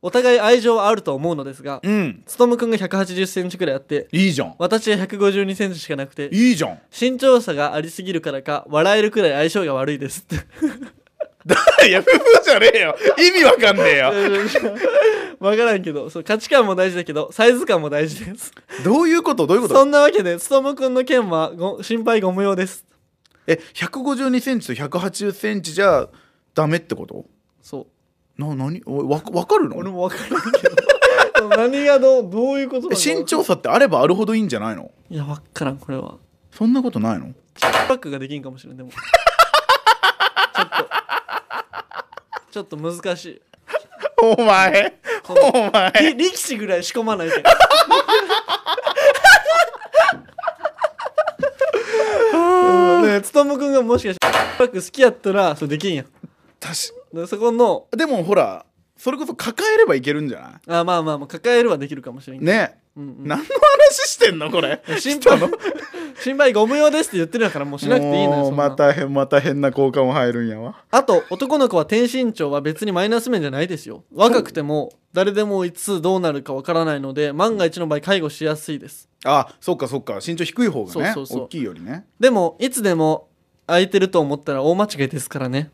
Speaker 2: お互い愛情はあると思うのですが
Speaker 1: うん
Speaker 2: つとむくんが1 8 0ンチくらいあって
Speaker 1: いいじゃん
Speaker 2: 私は1 5 2センチしかなくて
Speaker 1: いいじゃん
Speaker 2: 身長差がありすぎるからか笑えるくらい相性が悪いです
Speaker 1: いやふふじゃねえよ意味わかんねえ よ
Speaker 2: わからんけどそう価値観も大事だけどサイズ感も大事です
Speaker 1: どういうことどういうこと
Speaker 2: そんなわけでつとむくんの件はご心配ご無用です
Speaker 1: え152センチと180センチじゃダメってこと
Speaker 2: そう
Speaker 1: な何おわわかる
Speaker 2: 俺
Speaker 1: の
Speaker 2: もわからんけどそう 何がどうどういうこと
Speaker 1: え
Speaker 2: なの
Speaker 1: 身長差ってあればあるほどいいんじゃないの
Speaker 2: いやわからんこれは
Speaker 1: そんなことない の
Speaker 2: チップバックができんかもしれんでもちょっとちょっと難しい
Speaker 1: お前お前
Speaker 2: り力士ぐらい仕込まな いとうんねえつとむくんがもしかしてチップバック好きやったらそれできんやん
Speaker 1: たし
Speaker 2: でそこの
Speaker 1: でもほらそれこそ抱えればいけるんじゃない
Speaker 2: あまあまあまあ抱えるはできるかもしれんけど
Speaker 1: ね、
Speaker 2: うんうん
Speaker 1: 何の話してんのこれ
Speaker 2: 心配心配ご無用ですって言ってるんやからもうしなくていいのよ
Speaker 1: も
Speaker 2: そ
Speaker 1: うん
Speaker 2: な
Speaker 1: また変また変な交換も入るんやわ
Speaker 2: あと男の子は低身長は別にマイナス面じゃないですよ若くても誰でもいつどうなるかわからないので万が一の場合介護しやすいです
Speaker 1: あそっかそっか身長低い方がね
Speaker 2: そうそうそう
Speaker 1: 大きいよりね
Speaker 2: でもいつでも空いてると思ったら大間違いですからね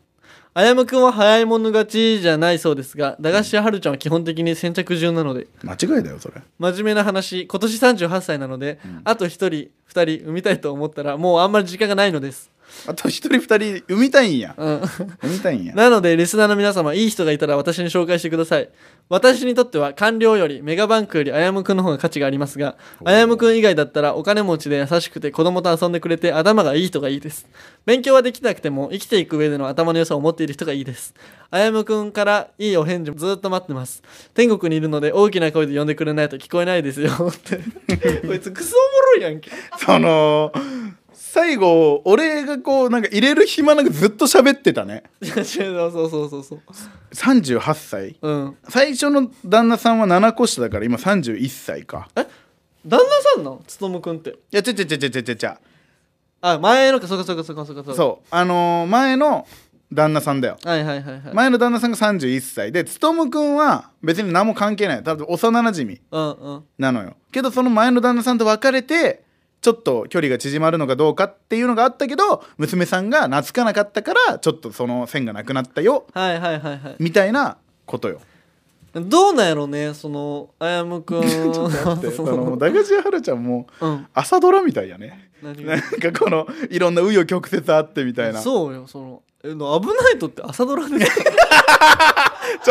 Speaker 2: あやむくんは早い者勝ちじゃないそうですが駄菓子屋はるちゃんは基本的に先着順なので
Speaker 1: 間違いだよそれ
Speaker 2: 真面目な話今年38歳なので、あと1人2人産みたいと思ったらもうあんまり時間がないのです
Speaker 1: あと一人二人産みたいんや
Speaker 2: うん、
Speaker 1: 産みたいんや
Speaker 2: なのでリスナーの皆様いい人がいたら私に紹介してください私にとっては官僚よりメガバンクよりあやむくんの方が価値がありますがあやむくん以外だったらお金持ちで優しくて子供と遊んでくれて頭がいい人がいいです勉強はできなくても生きていく上での頭の良さを持っている人がいいですあやむくんからいいお返事ずっと待ってます天国にいるので大きな声で呼んでくれないと聞こえないですよってこいつクソおもろいやんけ
Speaker 1: その最後俺がこうなんか入れる暇なくずっと喋ってたね
Speaker 2: いや違うそうそうそうそう
Speaker 1: 38歳
Speaker 2: うん
Speaker 1: 最初の旦那さんは7個下だから今31歳か
Speaker 2: 旦那さんなのつとむくんって
Speaker 1: いやちゃちゃちゃちゃちゃちゃちゃ
Speaker 2: あ前のかそうかそうかそうかそうかそうか
Speaker 1: そうあのー前の旦那さんだよ
Speaker 2: はいはいはい はい。
Speaker 1: 前の旦那さんが31歳で勉君は別に何も関係ない多分幼なじみ
Speaker 2: うんうん。
Speaker 1: なのよけどその前の旦那さんと別れてちょっと距離が縮まるのかどうかっていうのがあったけど娘さんが懐かなかったからちょっとその線がなくなったよ
Speaker 2: はいはいはいはい。
Speaker 1: みたいなことよ。
Speaker 2: どうなんやろね、その、あやむく ん。
Speaker 1: でそのもう駄菓子屋はるちゃんも
Speaker 2: うん。
Speaker 1: 朝ドラみたいやね
Speaker 2: 何
Speaker 1: なん
Speaker 2: が
Speaker 1: かこのいろんな紆余曲折あってみたいなちょ
Speaker 2: そうよ、その。え、の危ないとって朝ド ラで。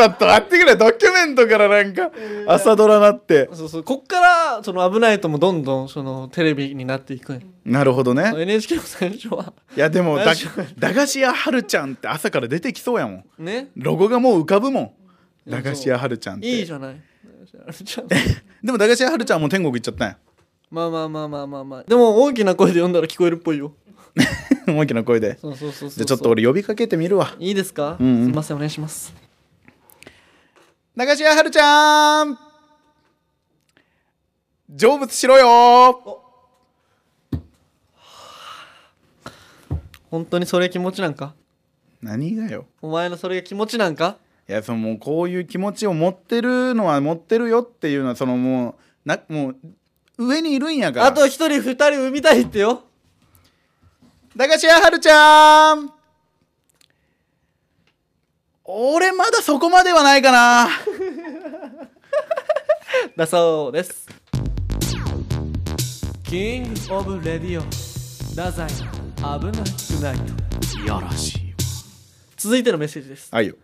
Speaker 1: っと待ってくれドキュメントからなんか朝ドラなって
Speaker 2: そうそう。こっから、その危ないともどんどん、その、テレビになっていくんよ
Speaker 1: なるほどね
Speaker 2: NHK の最初は、
Speaker 1: いやで もだ
Speaker 2: 大丈
Speaker 1: 駄菓子屋はるちゃんって朝から出てきそうやもん
Speaker 2: ね。
Speaker 1: ロゴがもう浮かぶもん
Speaker 2: いや
Speaker 1: 駄菓子屋はるちゃんって
Speaker 2: いいじゃない。 じゃあ
Speaker 1: でも駄菓子屋はるちゃんはもう天国行っちゃったんや
Speaker 2: まあまあまあまあまあまあ。でも、大きな声で読んだら聞こえるっぽいよ。
Speaker 1: 大きな声で
Speaker 2: そうそうそうそう。
Speaker 1: じゃあちょっと。俺呼びかけてみるわ
Speaker 2: いいですか、
Speaker 1: んうん
Speaker 2: すいません、お願いします。
Speaker 1: 駄菓子屋はるちゃん成仏しろよ
Speaker 2: 本当にそれ気持ちなんか
Speaker 1: 何がよ
Speaker 2: お前のそれが気持ちなんか
Speaker 1: いやそのもうこういう気持ちを持ってるのは持ってるよっていうのはそのもうなもう上にいるんやから
Speaker 2: あと一人二人産みたいってよ
Speaker 1: 駄菓子屋はるちゃん俺まだそこまではないかな
Speaker 2: だそうです
Speaker 3: キングオブレディオ太宰の危なくないと
Speaker 1: いやらしい
Speaker 2: 続いてのメッセージです
Speaker 1: はいよ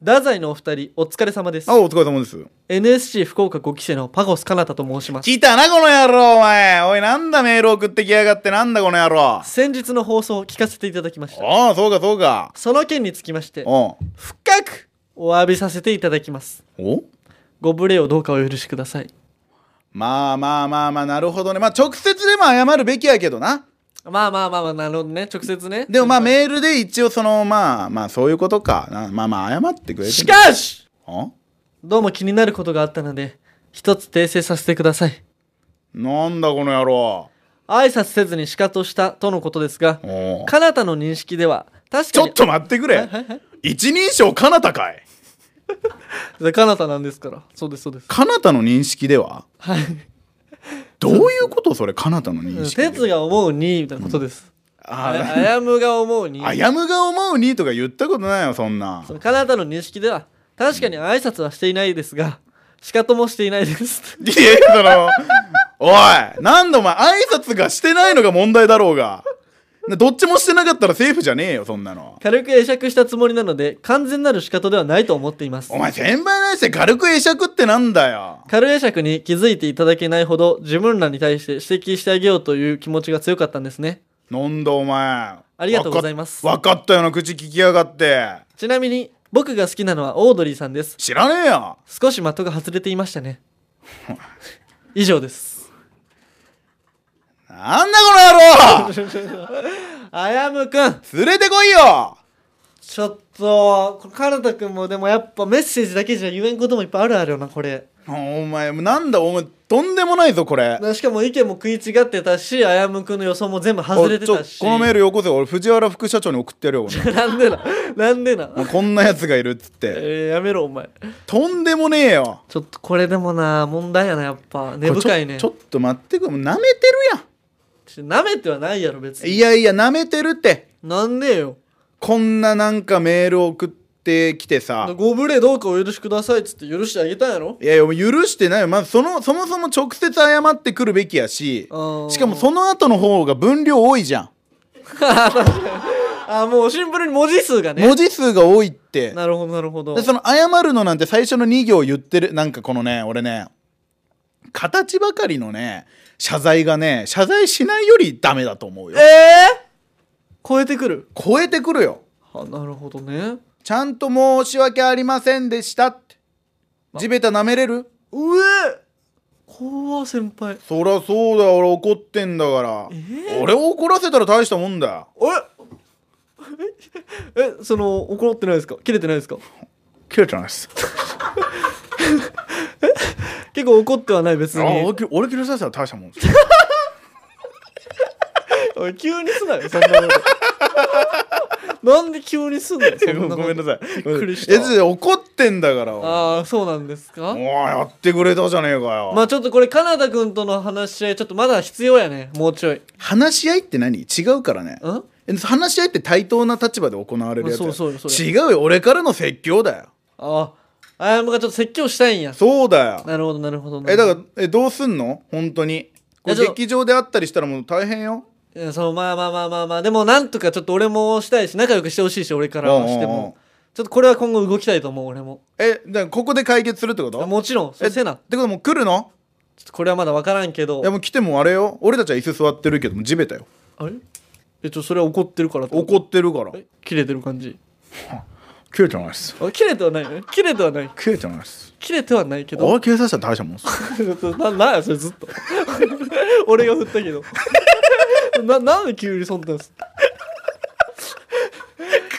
Speaker 2: 太宰のお二人お疲れ様です
Speaker 1: あお疲れ様です
Speaker 2: NSC 福岡5期生のパゴスカナタと申します
Speaker 1: 来たなこの野郎お前おいなんだメール送ってきやがってなんだこの野郎あ
Speaker 2: 先日の放送を聞かせていただきました
Speaker 1: あそうかそうか
Speaker 2: その件につきまして
Speaker 1: お
Speaker 2: 深くお詫びさせていただきます
Speaker 1: お
Speaker 2: ご無礼をどうかお許しください
Speaker 1: まあまあまあまあなるほどねまあ直接でも謝るべきやけどな
Speaker 2: まあまあまあまあなるほどね直接ね
Speaker 1: でもまあ
Speaker 2: ー
Speaker 1: メールで一応そのまあまあそういうことかなまあまあ謝ってくれて
Speaker 2: しかし
Speaker 1: あ
Speaker 2: どうも気になることがあったので一つ訂正させてください
Speaker 1: なんだこの野郎
Speaker 2: 挨拶せずにシカトしたとのことですが
Speaker 1: おう
Speaker 2: 彼方の認識では確
Speaker 1: ち
Speaker 2: か
Speaker 1: ょ
Speaker 2: に
Speaker 1: っと待ってくれ一人称かなたかい
Speaker 2: で彼方なんですからそうですそうです
Speaker 1: かなたの認識では
Speaker 2: はい
Speaker 1: どういうことそれかなたの認識で
Speaker 2: 哲が思うにみたいなことです、あ
Speaker 1: あ
Speaker 2: あやむが思う に
Speaker 1: あやむが思うにとか言ったことないよそんな
Speaker 2: その彼方の認識では確かに挨拶はしていないですがシカトもしていないです
Speaker 1: いやいやそのおい何度お前挨拶がしてないのが問題だろうがなどっちもしてなかったらセーフじゃねえよそんなの
Speaker 2: 軽く会釈したつもりなので完全なるシカトではないと思っています
Speaker 1: お前先輩ないして軽く会釈ってなんだよ
Speaker 2: 軽会釈に気づいていただけないほど自分らに対して指摘してあげようという気持ちが強かったんですね
Speaker 1: なんだお前
Speaker 2: ありがとうございます
Speaker 1: 分かっわかったような口聞きやがって
Speaker 2: ちなみに僕が好きなのはオードリーさんです
Speaker 1: 知らねえよ
Speaker 2: 少し的が外れていまし たね以上です
Speaker 1: なんだこの野郎
Speaker 2: あやむくん
Speaker 1: 連れてこいよ
Speaker 2: ちょっとこれかなたくんもでもやっぱメッセージだけじゃ言えんこともいっぱいあるあるよなこれ
Speaker 1: お前なんだお前とんでもないぞこれ
Speaker 2: なしかも意見も食い違ってたしあやむくんの予想も全部外れてた
Speaker 1: お
Speaker 2: し
Speaker 1: ちょこのメールよこせ俺藤原副社長に送ってやるよこれ
Speaker 2: なんでななんでな、
Speaker 1: もうこんなやつがいるっつって
Speaker 2: えー、やめろお前
Speaker 1: とんでもねえよ
Speaker 2: ちょっとこれでもな問題やなやっぱ根深いね
Speaker 1: ちょちょっと待ってくれもう舐めてる
Speaker 2: なめてはないやろ別
Speaker 1: やん
Speaker 2: に
Speaker 1: いやいや舐めてるって
Speaker 2: なんでよ
Speaker 1: こんななんかメール送ってきてさ
Speaker 2: ご無礼どうかお許しくださいっつって許してあげたんやろ
Speaker 1: いやいやもう許してないよまずそのそもそも直接謝ってくるべきやし
Speaker 2: あー
Speaker 1: しかもその後の方が分量多いじゃん
Speaker 2: あもうシンプルに文字数がね
Speaker 1: 文字数が多いって
Speaker 2: なるほどなるほど
Speaker 1: でその謝るのなんて最初の2行言ってるなんかこのね俺ね形ばかりのね謝罪がね謝罪しないよりダメだと思う
Speaker 2: え
Speaker 1: よ
Speaker 2: え超えてくる
Speaker 1: 超えてくるよ
Speaker 2: あなるほどね
Speaker 1: ちゃんと申し訳ありませんでしたって地べた舐めれる
Speaker 2: うえ怖先輩
Speaker 1: そりゃそうだよ俺怒ってんだから、
Speaker 2: え
Speaker 1: 俺を怒らせたら大したもんだよ
Speaker 2: え えその怒ってないですか切れてないですか
Speaker 1: 切れてないっす
Speaker 2: 結構怒ってはない別
Speaker 1: あ俺
Speaker 2: に
Speaker 1: 切俺切れさせたら大した もんです
Speaker 2: おい急にすなよそんなこと なんで急にすんのよそんなこと
Speaker 1: ごめんなさい
Speaker 2: びっくりした
Speaker 1: えだって怒ってんだからお
Speaker 2: ああそうなんですか
Speaker 1: いやってくれたじゃねえかよ、
Speaker 2: まあちょっとこれカナダ君との話し合いちょっとまだ必要やねもうちょいん
Speaker 1: 話し合いって何違うからねえ話し合いって対等な立場で行われるやつだよ
Speaker 2: そうそうそう
Speaker 1: 違うよ俺からの説教だよ
Speaker 2: ああやむがちょっと説教したいんや
Speaker 1: そうだよ
Speaker 2: なるほどなるほど
Speaker 1: えだ
Speaker 2: ら
Speaker 1: からえどうすんの本当にこれ
Speaker 2: いやちょ
Speaker 1: 劇場であったりしたらもう大変よ
Speaker 2: いやそうまあまあまあまあまあでもなんとかちょっと俺もしたいし仲良くしてほしいし俺からはして
Speaker 1: うんうんうん
Speaker 2: もちょっとこれは今後動きたいと思う俺も
Speaker 1: えだからここで解決するってこと
Speaker 2: もちろんそうせな
Speaker 1: えってこともう来るの
Speaker 2: ちょっとこれはまだ分からんけど
Speaker 1: いやもう来てもあれよ俺たちは椅子座ってるけども地べたよ
Speaker 2: あれえちょそれは怒ってるからってこと
Speaker 1: 怒ってるから
Speaker 2: え切れてる感じ
Speaker 1: 切れてないっす
Speaker 2: あ切れてはないね切れてはない
Speaker 1: 切れてないっす
Speaker 2: 切れてはないけど
Speaker 1: 俺警察したら大したもんっす
Speaker 2: ななんやそれずっと俺が振ったけどななんで急にそんなんす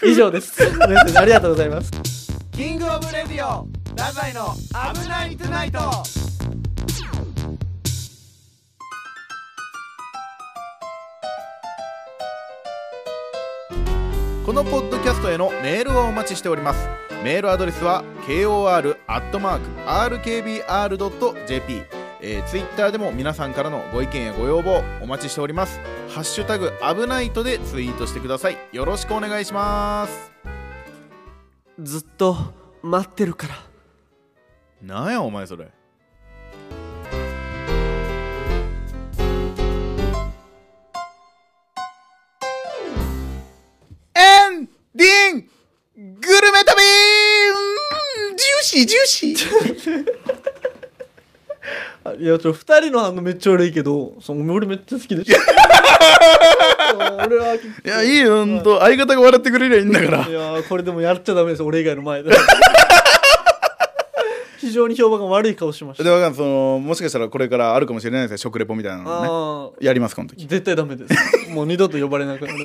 Speaker 2: 以上です メッセージありがとうございます
Speaker 3: キングオブレディオ太宰の危ないトゥナイト
Speaker 1: このポッドキャストへのメールをお待ちしておりますメールアドレスは kor.rkbr.jp えー、ツイッターでも皆さんからのご意見やご要望お待ちしておりますハッシュタグ危ないとでツイートしてくださいよろしくお願いします
Speaker 3: ずっと待ってるから
Speaker 1: なんやお前それエンディンググルメ旅うんジューシージューシー
Speaker 2: あいや、ちょ、二人の反応めっちゃ悪いけど、その俺めっちゃ好きでしょ。 そう俺は結 構
Speaker 1: いやいいよほんと相方が笑ってくれりゃいいんだか
Speaker 2: い
Speaker 1: ら
Speaker 2: やーこれでもやっちゃダメです、俺以外の前で。非常に評判が悪い顔しました。
Speaker 1: でわかんないそのもしかしたらこれからあるかもしれないですよ食レポみたいなのね
Speaker 2: ああ、
Speaker 1: やりますこの時
Speaker 2: 絶対ダメ です。もう二度と呼ばれなくなる。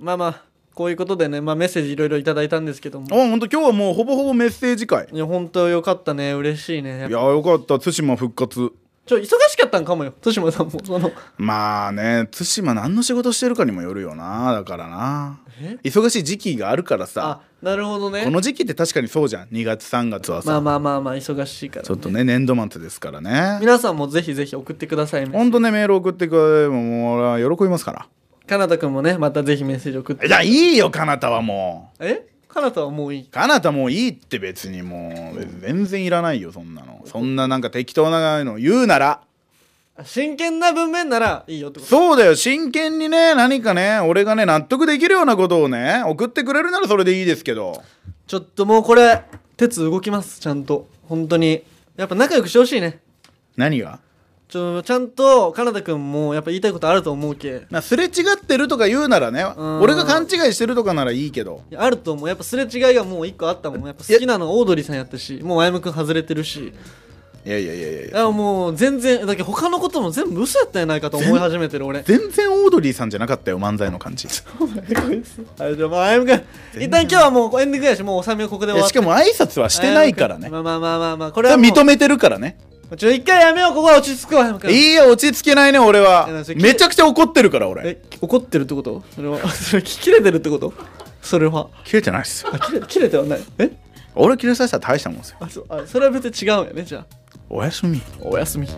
Speaker 2: まあまあ、こういうことでね、まあメッセージいろいろいただいたんですけど
Speaker 1: あ
Speaker 2: も。
Speaker 1: ほんと今日はもうほぼほぼメッセージ会
Speaker 2: いや、本当よかったね、嬉しいね
Speaker 1: い。やよかった対馬復活
Speaker 2: ちょ、忙しかったんかもよ、豊島さんも。その、
Speaker 1: まあね対馬何の仕事してるかにもよるよなだからな
Speaker 2: え
Speaker 1: 忙しい時期があるから
Speaker 2: あ
Speaker 1: さ、
Speaker 2: なるほどね
Speaker 1: こ。の時期って確かにそうじゃん2月3月はさ、
Speaker 2: まあまあまあまあ、忙しいからね。
Speaker 1: ちょっとね年度末ですからね
Speaker 2: 皆さんもぜひぜひ送ってくださいね
Speaker 1: ほんとねメール送ってくれももう俺は喜びますか
Speaker 2: かなたくんもねまたぜひメッセージ送っ
Speaker 1: ら
Speaker 2: て
Speaker 1: いやいいよかなたはも
Speaker 2: えかなたはもういいう
Speaker 1: かなたもういいって別にもう別に全然いらないよそんなのそんななんか適当なの言うなら
Speaker 2: あ真剣な文面ならいいよってこと
Speaker 1: そうだよ真剣にね何かね俺がね納得できるようなことをね送ってくれるならそれでいいですけど
Speaker 2: ちょっともうこれ鉄動きますちゃんと本当にやっぱ仲良くしてほしいね
Speaker 1: 何が
Speaker 2: ちょちゃんとかなたくんもやっぱ言いたいことあると思うけ
Speaker 1: まあ、すれ違ってるとか言うならね
Speaker 2: ん
Speaker 1: 俺が勘違いしてるとかならいいけど
Speaker 2: いやあると思うやっぱすれ違いがもう一個あったもんやっぱ好きなのはオードリーさんやったしもうあやむくん外れてるし
Speaker 1: いやいやいやいやい
Speaker 2: い
Speaker 1: や
Speaker 2: やもう全然だけど他のことも全部嘘やったんやないかと思い始めてる 俺
Speaker 1: 全然オードリーさんじゃなかったよ漫才の 感じい
Speaker 2: はいじゃあまああやむくん一旦今日はもうエンディングやしもうおさみをここで終わ
Speaker 1: や
Speaker 2: っ
Speaker 1: してかも挨拶はしてないからね
Speaker 2: まあまあまあまあまあ、こ
Speaker 1: そ
Speaker 2: れ
Speaker 1: れ
Speaker 2: は
Speaker 1: は
Speaker 2: もう
Speaker 1: 認めてるからね
Speaker 2: ちょ、一回やめよう、ここは落ち着くわ、山君
Speaker 1: いいや落ち着けないね俺はい
Speaker 2: やそれ
Speaker 1: めちゃくちゃ怒ってるから俺
Speaker 2: え、怒ってるってことそれは、 それ、切れてるってことそれは。
Speaker 1: 切れてないっすよ
Speaker 2: あ、切れ、切れてはない。え
Speaker 1: 俺切れさせたら大したもんですよ
Speaker 2: あ、そう、あ、それは別に違うんやね、じゃあ。
Speaker 1: おやすみ
Speaker 2: おやすみ。